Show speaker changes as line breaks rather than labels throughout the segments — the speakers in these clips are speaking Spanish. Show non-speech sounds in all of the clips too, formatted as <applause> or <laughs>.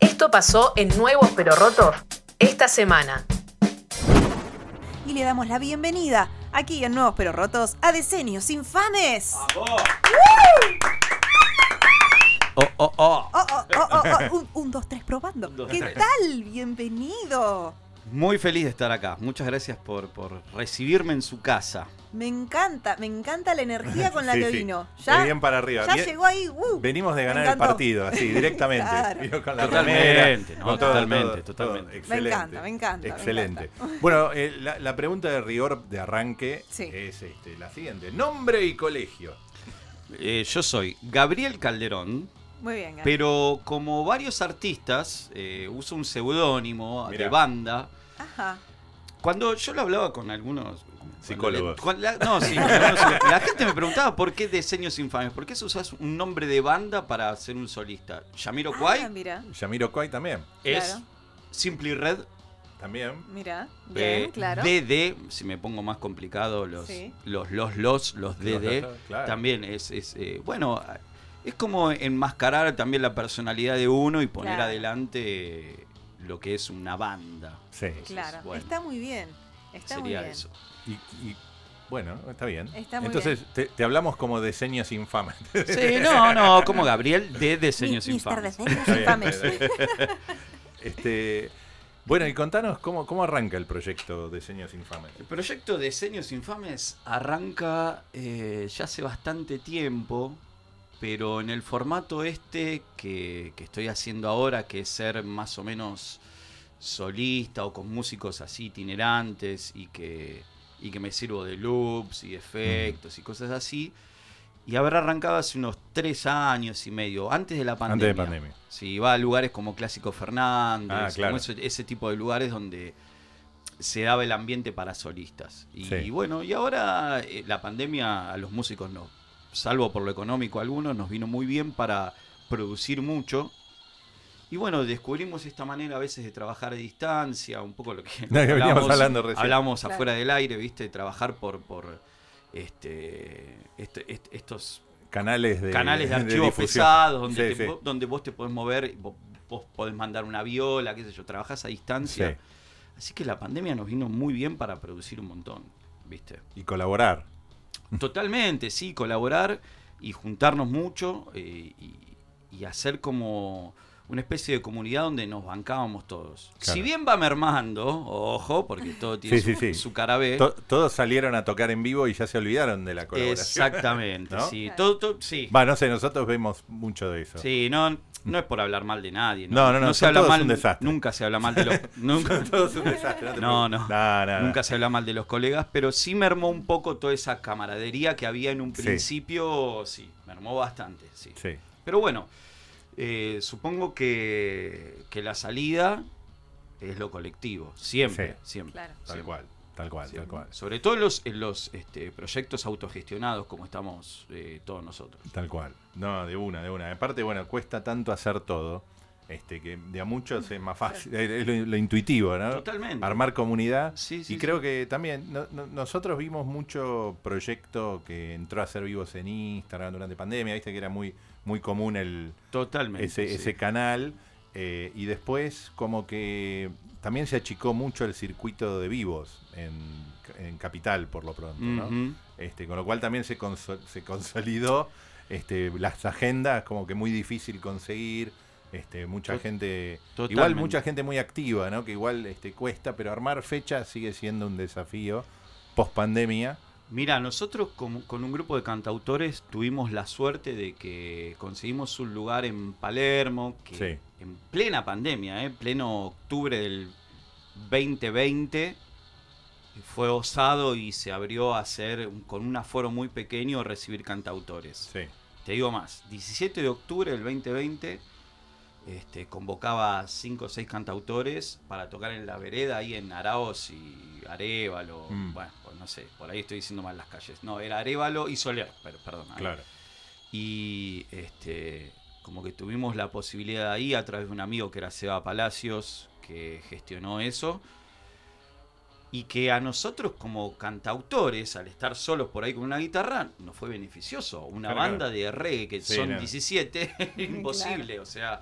Esto pasó en Nuevos pero Rotos esta semana.
Y le damos la bienvenida aquí en Nuevos pero Rotos a Decenios Infames.
Oh, oh, oh.
Oh, oh, oh, oh, oh, Un, un, dos, tres, probando. ¿Qué tal? Bienvenido.
Muy feliz de estar acá. Muchas gracias por, por recibirme en su casa.
Me encanta, me encanta la energía con la
Sí,
que
sí.
vino.
De bien para arriba.
Ya
Bien-
llegó ahí. uh,
Venimos de
me
ganar el
encantó.
partido,
<laughs>
así, directamente.
Claro.
Vino Con la
Totalmente,
remera,
no,
con todo,
totalmente,
todo,
totalmente.
todo.
Me
Excelente.
encanta, me encanta, <laughs> me
Excelente. Bueno, eh, la, la pregunta de rigor de arranque
Sí.
es este, la siguiente. Nombre y colegio.
Eh, yo soy Gabriel Calderón,
Muy bien, ¿eh? Gaby.
pero como varios artistas eh, uso un seudónimo de
Mirá.
banda.
Ajá.
Cuando yo lo hablaba con algunos... cuando
Psicólogos.
le- cuando la, no, sí, algunos- <laughs> la gente me preguntaba por qué diseños infames, por qué usas un nombre de banda para ser un solista. Yamiro
Ah, mira,
Yamiro Coy también.
es
claro.
Simply Red,
También.
mira. Bien,
eh,
claro.
DD, si me pongo más complicado, los,
Sí.
los, los, los, los DD,
los, claro.
también es, es, eh, bueno, es como enmascarar también la personalidad de uno y poner
Claro.
adelante lo que es una banda.
Sí.
Claro.
Bueno.
Está muy bien. Está muy
Sería
bien.
eso.
Y, y- bueno, está bien.
Está muy
Entonces, Te, te hablamos como de señas infames. <laughs>
Sí, no, no, como Gabriel
Mi-
de Diseños
Mr.
Infames.
Decenios
Está <laughs> bien,
Infames.
está bien. este, bueno, y contanos cómo, cómo arranca el proyecto de señas infames.
El proyecto Diseños Infames arranca eh, ya hace bastante tiempo, pero en el formato este que, que estoy haciendo ahora, que es ser más o menos solista o con músicos así itinerantes y que, y que me sirvo de loops y efectos y cosas así. Y haber arrancado hace unos tres años y medio, antes de la pandemia.
Antes de pandemia.
Sí, va a lugares como Clásico Fernández,
Ah, claro.
como ese, ese tipo de lugares donde se daba el ambiente para solistas. Y,
Sí.
y bueno, y ahora eh, la pandemia a los músicos no, salvo por lo económico a algunos, nos vino muy bien para producir mucho. Y bueno, descubrimos esta manera a veces de trabajar a distancia, un poco lo que,
No, que <laughs> veníamos
hablamos-
hablando recién.
hablamos
Claro.
afuera del aire, ¿viste? De Trabajar por, por este, este- est- estos
Canales <laughs> de
canales de archivos
difusión.
pesados donde,
Sí,
te-
sí.
vo- donde vos te podés mover, vo- vos podés mandar una viola, qué sé yo, trabajás a distancia.
Sí.
Así que la pandemia nos vino muy bien para producir un montón, ¿viste?
Y colaborar. Mm.
Totalmente, sí, colaborar y juntarnos mucho eh, y, y hacer como una especie de comunidad donde nos bancábamos todos.
Claro.
Si bien va mermando, ojo, porque todo tiene
Sí,
su,
sí, sí.
su cara B.
To- todos salieron a tocar en vivo y ya se olvidaron de la colaboración.
Exactamente,
¿No?
sí. Todo, todo- sí.
Va, no sé, nosotros vemos mucho de eso.
Sí, no, no es por hablar mal de nadie.
No, no, no,
se
son
habla
todos
mal,
un desastre.
Nunca se habla mal de
<laughs>
los. Nunca,
Todo es un desastre.
<laughs>
te
No, no.
preocupes. No, no, no.
nunca se habla mal de los colegas, pero sí mermó un poco toda esa camaradería que había en un
Sí.
principio. Sí, mermó bastante. Sí.
Sí.
Pero bueno, eh, supongo que, que la salida es lo colectivo. Siempre,
Sí.
siempre.
Claro.
Tal
siempre,
cual, tal cual,
siempre.
tal cual.
Sobre todo en los, en los este, proyectos autogestionados como estamos eh, todos nosotros.
Tal cual. No, de una, de una. Aparte, bueno, cuesta tanto hacer todo. Este, que de a muchos es más fácil, es lo, lo intuitivo, ¿no?
Totalmente.
Armar comunidad.
Sí,
y
sí,
creo que también no- no- nosotros vimos mucho proyecto que entró a ser vivos en Instagram durante pandemia, viste que era muy, muy común el,
Totalmente.
ese,
sí.
ese canal. eh, y después como que también se achicó mucho el circuito de vivos en, en Capital, por lo pronto. ¿no?
Ujú.
este, con lo cual también se, conso- se consolidó este, las agendas, como que muy difícil conseguir. Este, mucha
Tot-
gente, igual
totalmente.
mucha gente muy activa, ¿no? que igual este, cuesta, pero armar fecha sigue siendo un desafío post pandemia.
Mira, nosotros con, con un grupo de cantautores tuvimos la suerte de que conseguimos un lugar en Palermo, que
Sí.
en plena pandemia, en pleno octubre del 2020, fue osado y se abrió a hacer un- con un aforo muy pequeño recibir cantautores.
Sí,
Te digo más, 17 de octubre del 2020 este, convocaba 5 o 6 cantautores para tocar en la vereda ahí en Araos y Arevalo,
Mm.
bueno, pues no sé, por ahí estoy diciendo mal las calles. No, era Arevalo y Soler, per- perdón. ahí. Y este, como que tuvimos la posibilidad ahí a través de un amigo que era Seba Palacios, que gestionó eso. Y que a nosotros como cantautores, al estar solos por ahí con una guitarra, nos fue beneficioso. Una
Claro,
banda de reggae que <laughs>
Sí,
son
no.
17, imposible, o sea...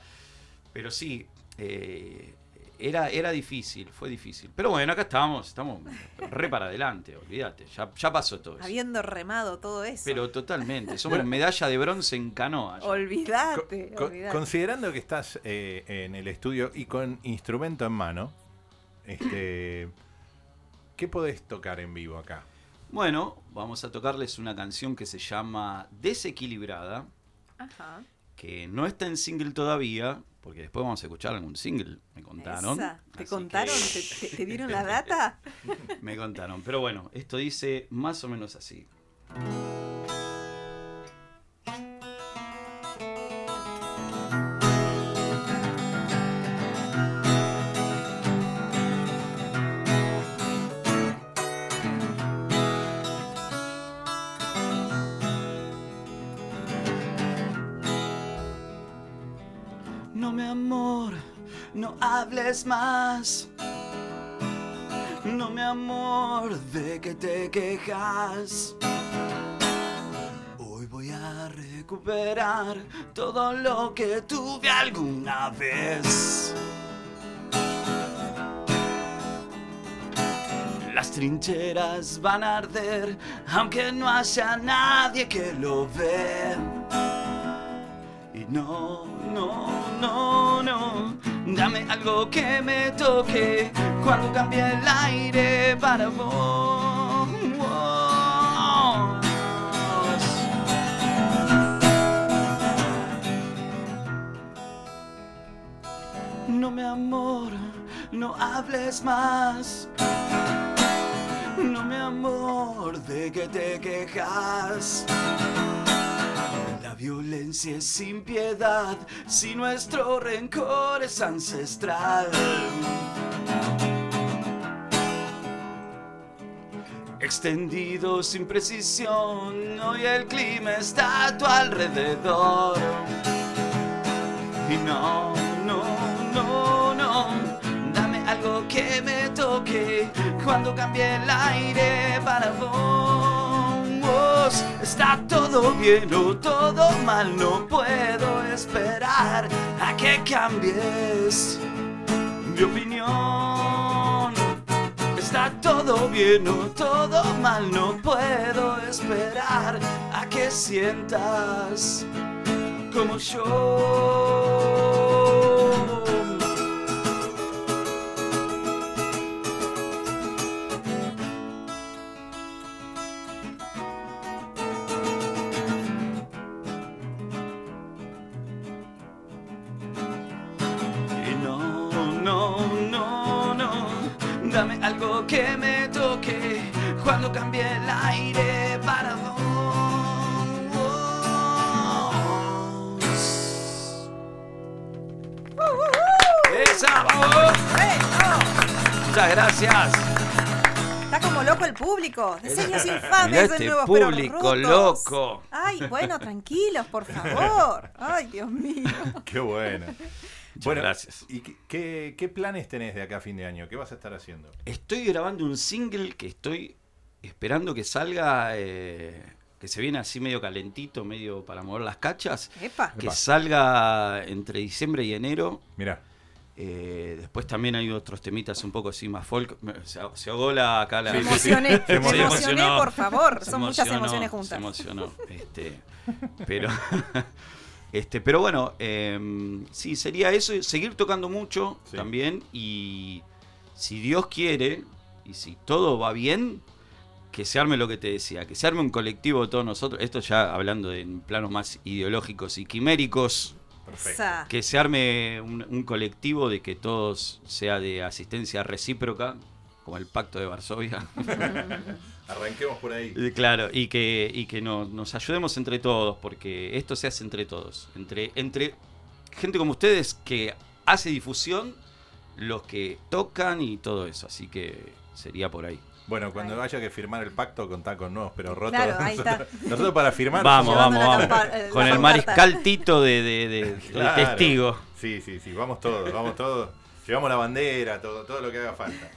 Pero sí, eh, era, era difícil, fue difícil. Pero bueno, acá estamos, estamos re para adelante, olvídate, ya, ya pasó todo eso.
Habiendo remado todo eso.
Pero totalmente, somos medalla de bronce en canoa. ya.
Olvídate,
Co-
olvídate.
considerando que estás eh, en el estudio y con instrumento en mano, este, ¿qué podés tocar en vivo acá?
Bueno, vamos a tocarles una canción que se llama Desequilibrada,
Ajá.
que no está en single todavía, porque después vamos a escuchar algún single, me contaron.
Esa. ¿Te
Así que-
contaron? ¿Te, te- te dieron la
<laughs>
data?
Me contaron, pero bueno, esto dice más o menos así. No, mi amor, no hables más. No, mi amor, de que te quejas. Hoy voy a recuperar todo lo que tuve alguna vez. Las trincheras van a arder, aunque no haya nadie que lo vea. Y no, no, no, no, dame algo que me toque cuando cambie el aire para vos. No, mi amor, no hables más. No, mi amor, de que te quejas. La violencia es sin piedad, si nuestro rencor es ancestral. Extendido sin precisión, hoy el clima está a tu alrededor. Y no, no, no, no, dame algo que me toque cuando cambie el aire para vos. Está todo bien o todo mal, no puedo esperar a que cambies mi opinión. Está todo bien o todo mal, no puedo esperar a que sientas como yo. Y no, no, no, no, dame algo que me toque cuando cambie el aire para vos. ¡Esa, vamos!
¡Eh, ¡Bueno!
Muchas gracias.
Está como loco el público. Diseños infames
Mirá
de
este
nuevos
público
Pero Rotos.
loco.
Ay, bueno, tranquilos, por favor. Ay, Dios mío.
Qué
<laughs>
bueno.
gracias.
¿Y qué- qué, qué planes tenés de acá a fin de año? ¿Qué vas a estar haciendo?
Estoy grabando un single que estoy esperando que salga, eh, que se viene así medio calentito, medio para mover las cachas.
Epa.
Que
Epa.
salga entre diciembre y enero.
Mirá,
Eh, después también hay otros temitas un poco así más folk. Me- Se, ah- se ahogó la, acá la...
Me
Sí, sí, sí.
emocioné,
Se
me
emocionó.
emocioné, por favor.
Se
Son muchas
emocionó,
emociones
Se
juntas. <laughs>
emocionó. Este, pero, <laughs> este, pero bueno, em, sí, sería eso. y Seguir tocando mucho
Sí.
también. Y si Dios quiere, y si todo va bien, que se arme lo que te decía, que se arme un colectivo de todos nosotros. Esto ya hablando de- en planos más ideológicos y quiméricos
perfecto.
Sa.
que se arme un, un colectivo de que todos sea de asistencia recíproca, como el Pacto de Varsovia.
Arranquemos por ahí.
Y claro, y que, y que no- nos ayudemos entre todos, porque esto se hace entre todos. Entre, entre gente como ustedes que hace difusión, los que tocan y todo eso. Así que sería por ahí.
Bueno, cuando
Ahí.
vaya que firmar el pacto, contá con nuevos, pero rotos.
Claro, ahí está.
<laughs> Nosotros- Nosotros para firmar.
Vamos,
llevando
vamos,
la
vamos.
campa- eh,
Con
la
el
pancarta. <laughs>
mariscal Tito de, de- de- de
Claro.
testigo.
Sí, sí, sí, vamos todos, vamos todos. Llevamos la bandera, todo, todo lo que haga falta.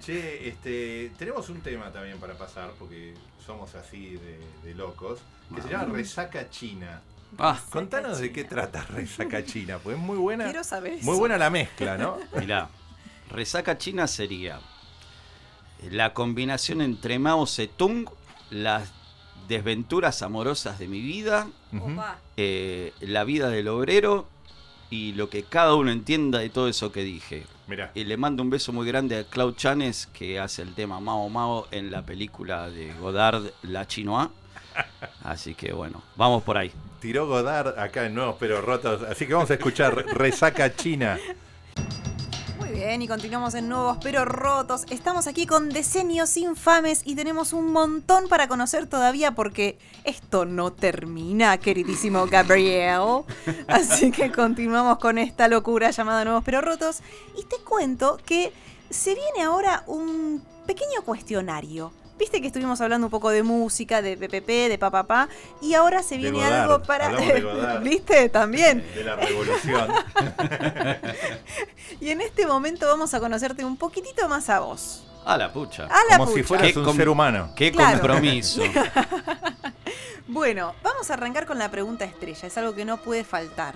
Che, este, tenemos un tema también para pasar, porque somos así de, de locos, que se llama Resaca China.
Ah,
Contanos de qué trata
<laughs>
Resaca China, pues es muy buena.
Quiero saber eso.
Muy buena la mezcla,
<laughs>
¿no?
mirá. Resaca china sería la combinación entre Mao Zedong, las desventuras amorosas de mi vida,
Ujú.
Opa.
eh, la vida del obrero y lo que cada uno entienda de todo eso que dije.
Mirá.
Y le mando un beso muy grande a Clau Chanes, que hace el tema Mao Mao en la película de Godard La Chinoa. Así que bueno, vamos por ahí.
Tiró Godard acá en Nuevos Pero Rotos. Así que vamos a escuchar Resaca China.
Muy bien, y continuamos en Nuevos Pero Rotos. Estamos aquí con Decenios Infames y tenemos un montón para conocer todavía porque esto no termina, queridísimo
<laughs>
Gabriel. Así que continuamos con esta locura llamada Nuevos Pero Rotos. Y te cuento que se viene ahora un pequeño cuestionario. Viste que estuvimos hablando un poco de música, de PPP, de papapá, y ahora se
De
viene
Godard.
algo para...
Hablamos
<laughs>
de Godard.
¿Viste?
<laughs>
También.
De
<laughs>
la revolución.
Y en este momento vamos a conocerte un poquitito más a vos.
A la pucha.
A la
Como si
pucha.
fueras
Qué
un
com-
ser humano.
Qué
Ah, Claro.
compromiso.
Bueno, vamos a arrancar con la pregunta estrella, es algo que no puede faltar.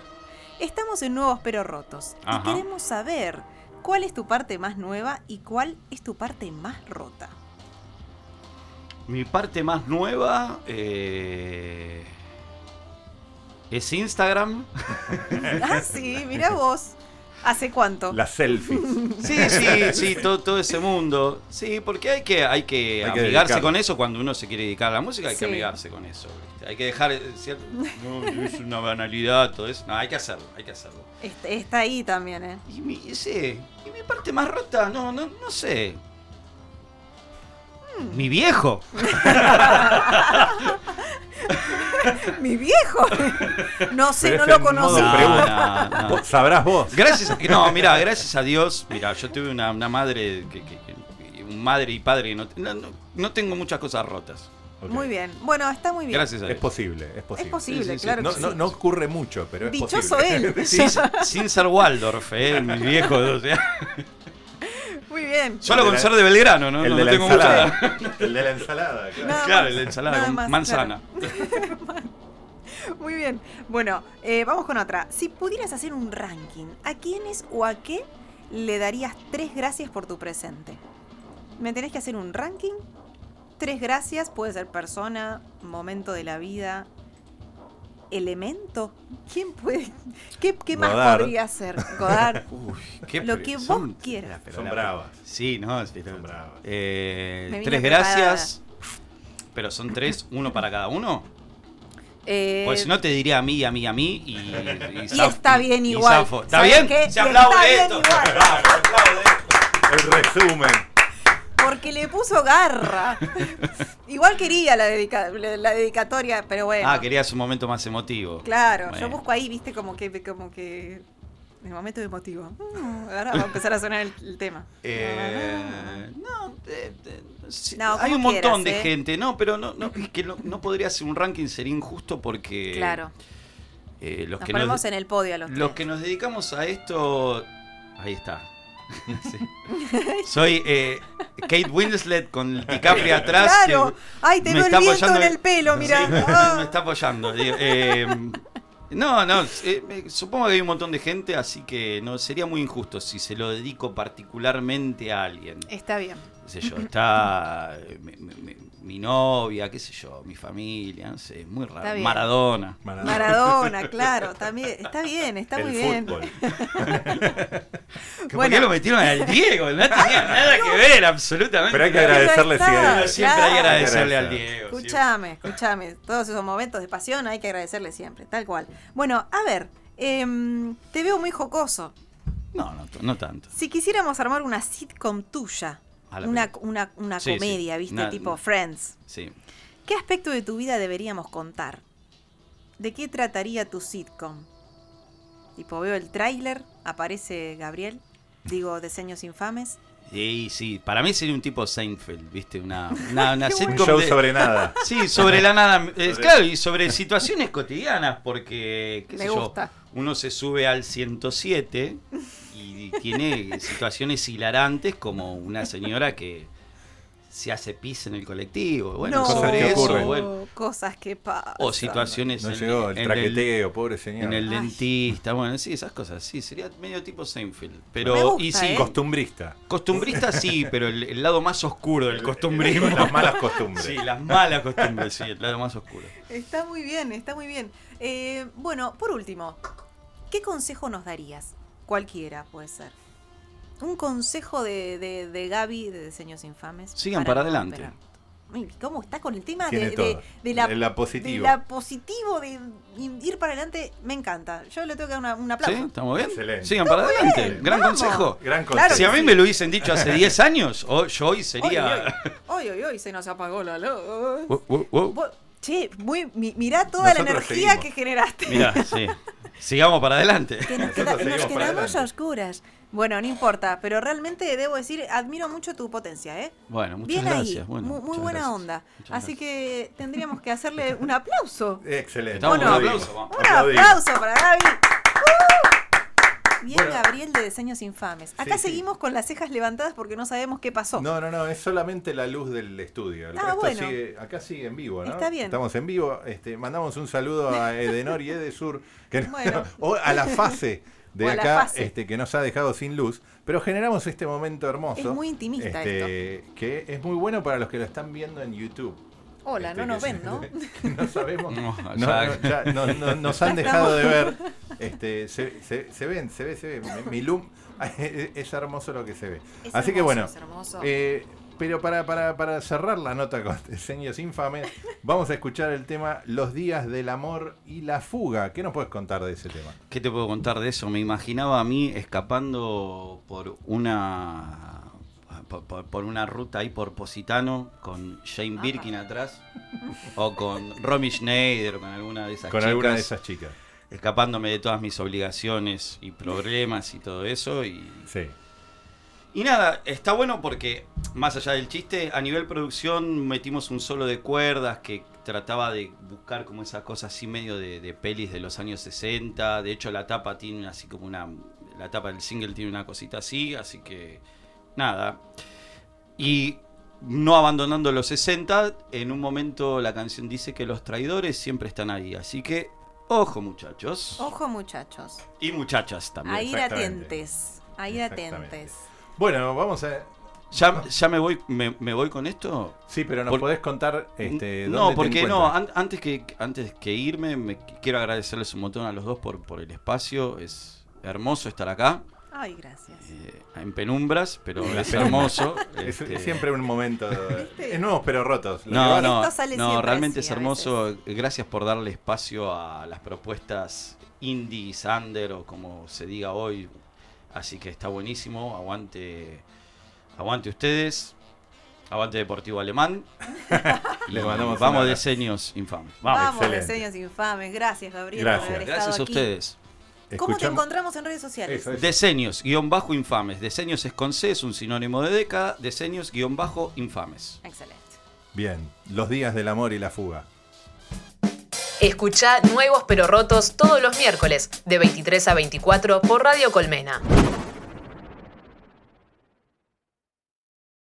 Estamos en Nuevos Pero Rotos
Ajá.
y queremos saber cuál es tu parte más nueva y cuál es tu parte más
<laughs>
rota.
Mi parte más nueva eh, es Instagram.
Ah, sí, mira vos. ¿Hace cuánto?
Las selfies.
<laughs>
Sí, sí, sí, todo, todo ese mundo. Sí, porque hay que, hay que
Hay que
amigarse
dedicarle.
con eso cuando uno se quiere dedicar a la música, hay
Sí.
que amigarse con eso. ¿viste? Hay que dejar, eh, ¿cierto? No, es una banalidad, todo eso. No, hay que hacerlo, hay que hacerlo.
Este- está ahí también, ¿eh? <laughs>
Y mi, sí, y mi parte más rota, no, no, no sé.
Mm.
Mi viejo.
¡Mi
<laughs>
viejo! No sé, no lo conocí.
modo pregunta.
No, no, no.
Vos- Sabrás vos.
Gracias a, no, mira, gracias a Dios, mira, yo tuve una, una madre que, que- que- un madre y padre, no, no- no- no tengo muchas cosas rotas.
Ok.
Muy bien. Bueno, está muy bien.
Gracias a
Es
Dios.
posible, es posible.
Es posible,
Sí, sí, sí.
claro
No,
que
no-
sí.
no ocurre mucho, pero es
Dichoso
posible.
él.
<laughs>
Sin, sin ser Waldorf, eh, mi viejo. o sea,
Muy bien.
solo con ser de Belgrano, ¿no?
el
No- no
de la
tengo mucha-
ensalada. El de la ensalada, claro.
Nada
Claro,
más,
el de ensalada
nada
con
más,
manzana.
Muy bien. Bueno, eh, vamos con otra. Si pudieras hacer un ranking, ¿a quiénes o a qué le darías tres gracias por tu presente? ¿Me tenés que hacer un ranking? Tres gracias puede ser persona, momento de la vida, elemento. ¿Quién puede? ¿Qué, qué más
Godard.
podría ser? Godard.
<laughs> Uy, qué
Lo
pre-
que vos quieras.
pero
Son
la-
bravas.
Sí, no, es- pero-
Son bravas.
Eh,
Me vine
tres gracias. Pero son tres, uno para cada uno.
Eh,
Pues si no te diría a mí, a mí, a mí y, y
y
zaf-
está bien
y
igual.
zafo. ¿Está
¿Sabés
bien?
qué?
Se
Y
aplaude
está bien
esto.
igual.
El resumen.
Porque le puso
<laughs>
garra. Igual quería la, dedica- la- la dedicatoria, pero bueno.
Ah, querías un momento más emotivo.
Claro, yo
Bueno.
busco ahí, viste, como que, como que. En el momento emotivo. Mm, ahora va a empezar a sonar el, el tema.
Eh, no, eh, eh, sí,
No,
hay
como
un montón
quieras,
de
eh.
gente, no, pero no,
<laughs>
no, es que no, no podría ser un ranking, sería injusto porque
claro.
eh, los,
Nos
que
ponemos
nos,
en el podio a los,
los que
tres.
nos dedicamos a esto, ahí está.
<laughs>
Sí. Soy eh, Kate Winslet con el
<laughs>
DiCaprio atrás. que-
Claro. Ay, te
me
veo el
está
viento en
apoyando-
el pelo, Ah. mira.
Sí, <laughs> me está apoyando. digo, eh, no, no, eh, me- supongo que hay un montón de gente, así que no sería muy injusto si se lo dedico particularmente a alguien. Qué
Está bien.
sé yo, está eh, mi, mi- mi- mi novia, qué sé yo, mi familia, no sé, es muy
Está
raro.
bien.
Maradona.
Maradona.
Maradona, claro, también. Está bien, está
el
muy bien.
fútbol.
¿Por
Bueno.
qué lo metieron al Diego?
<laughs>
No tenía nada que ver, absolutamente.
Pero hay que
nada.
agradecerle
está.
siempre.
Pero siempre hay que
Claro.
agradecerle al
Agradecer.
Diego. siempre.
Escúchame, escúchame. Todos esos momentos de pasión hay que agradecerle siempre, tal cual. Bueno, a ver, em, te veo muy jocoso.
No, no, no tanto.
Si quisiéramos armar una sitcom tuya,
A la
una,
pelota.
una, una
Sí, sí.
comedia, ¿viste?
Una-
tipo Friends.
Sí.
¿Qué aspecto de tu vida deberíamos contar? ¿De qué trataría tu sitcom? Tipo, veo el tráiler, aparece Gabriel, digo, diseños infames.
Sí, sí, para mí sería un tipo Seinfeld, ¿viste? Una, una, una
<laughs> Un
sitcom
show
de- <laughs>
sobre nada.
Sí, sobre la nada. eh,
Sobre-
claro, y sobre situaciones cotidianas, porque, qué
Me
sé yo,
gusta.
uno se sube al 107 y tiene situaciones hilarantes como una señora que se hace pis en el colectivo. Bueno,
no,
cosas
sobre
que
eso,
ocurren.
bueno,
cosas que pasan.
o situaciones
No
en-
llegó el
en
traqueteo, pobre señor.
en el
Ay.
dentista, bueno, sí, esas cosas, sí, sería medio tipo Seinfeld.
Me
Pero,
gusta,
y sí,
¿eh?
cost-
Costumbrista.
costumbrista sí, pero el, el lado más oscuro del costumbrismo.
Las malas costumbres.
Sí, las malas costumbres, sí, el lado más oscuro.
Está muy bien, está muy bien. Eh, bueno, por último, ¿qué consejo nos darías? Cualquiera puede ser. Un consejo de, de, de Gaby de Diseños Infames.
Sigan para
no
adelante.
operar. Uy, ¿Cómo está con el tema de,
Tiene
de-
todo.
de la,
De la
de
positiva.
la positivo, de ir para adelante? Me encanta. Yo le tengo que dar una, un
¿Sí?
aplauso.
¿Estamos bien?
Excelente.
Sigan para adelante.
bien,
Gran
vamos.
consejo.
Gran
Claro
consejo.
si a mí
sí.
me lo hubiesen dicho hace 10 años, o- yo hoy
Hoy,
sería.
hoy, hoy, hoy se nos apagó la
<laughs>
luz.
Uh, uh, uh.
Vos- Che, muy, mi- mirá toda la
Nosotros
energía
seguimos.
que generaste.
Mirá, sí. Sigamos para adelante.
Que nos,
<laughs> Nosotros
queda- nos
seguimos para
quedamos
adelante.
a oscuras. Bueno, no importa, pero realmente debo decir, admiro mucho tu potencia, ¿eh?
Bueno, muchas
Bien
gracias.
ahí,
bueno,
muy, muy
muchas
buena
gracias.
onda.
Muchas
Así
gracias.
que tendríamos que
<laughs>
hacerle un aplauso.
Excelente.
Estamos
Bueno,
un aplauso, vamos.
Un aplauso para Gaby. ¡Uh! Bien,
Bueno.
Gabriel de Diseños Infames. Acá
Sí, sí.
seguimos con las cejas levantadas porque no sabemos qué pasó.
No, no, no, es solamente la luz del estudio. El
Ah,
resto
bueno.
sigue, acá sigue en vivo, ¿no?
Está bien.
Estamos en vivo. Este, mandamos un saludo a Edenor y Edesur, que no-
Bueno.
<laughs> o a la fase
<laughs>
de
O a la
acá,
fase.
este, que nos ha dejado sin luz. Pero generamos este momento hermoso.
Es muy intimista
este, Que es muy bueno para los que lo están viendo en YouTube.
Hola,
Este,
no nos
que-
ven, ¿no?
<laughs> que no sabemos.
No,
No, no,
ya-
ya no- no- nos han dejado de ver.
<laughs>
Este, se, se- se ven, se ve, se ve. Mi- Mi lum, <laughs> es hermoso lo que se ve.
Es
Así que
hermoso,
bueno,
es hermoso.
eh, pero para, para, para cerrar la nota con <laughs> diseños infames, vamos a escuchar el tema Los días del amor y la fuga. ¿Qué nos puedes contar de ese tema?
¿Qué te puedo contar de eso? Me imaginaba a mí escapando por una por, por- por una ruta ahí por Positano con Jane
Apa.
Birkin atrás o con Romy Schneider o con alguna de esas
con
chicas
alguna de esas chicas.
escapándome de todas mis obligaciones y problemas y todo eso y
Sí.
y nada, está bueno porque, más allá del chiste, a nivel producción metimos un solo de cuerdas que trataba de buscar como esa cosa así medio de, de pelis de los años 60. De hecho, la tapa tiene así como una. La tapa del single tiene una cosita así, así que. Nada. Y no abandonando los 60, en un momento la canción dice que los traidores siempre están ahí. Así que, ojo, muchachos.
Ojo, muchachos.
Y muchachas también.
Ahí
exactamente.
atentes. Ahí
Exactamente.
atentes.
Bueno, vamos a.
¿Ya, ya me, voy, me, me voy con esto?
Sí, pero nos
Por-
podés contar este, dónde
no,
te
porque no,
encuentras.
an- antes, que, antes que irme, me qu- quiero agradecerles un montón a los dos por, por el espacio. Es hermoso estar acá,
Ay, gracias.
eh, en penumbras,
<laughs>
pero
En la
es
penumbra.
hermoso.
Es
este,
siempre un momento.
¿Viste?
Es nuevos pero rotos. Lo que
No,
va-
no,
Esto sale
no,
siempre
realmente
así
es
a
hermoso. Gracias por darle espacio a las propuestas indie, under o como se diga hoy. Así que está buenísimo. Aguante, aguante ustedes. Aguante Deportivo Alemán.
<laughs>
Y
Les mandamos un
vamos
abrazo.
diseños infames. Vamos.
Vamos,
Ah, excelente.
diseños infames. Gracias, Gabriel,
Gracias.
por haber estado
Gracias a
aquí.
ustedes.
¿Cómo te
Escuchamos-
encontramos en redes sociales?
Eso es.
Deseños, guión bajo infames. Deseños es con C, es un sinónimo de década. Deseños, guión bajo infames.
Excelente.
Bien, los días del amor y la fuga.
Escucha Nuevos pero Rotos todos los miércoles de 23 a 24 por Radio Colmena.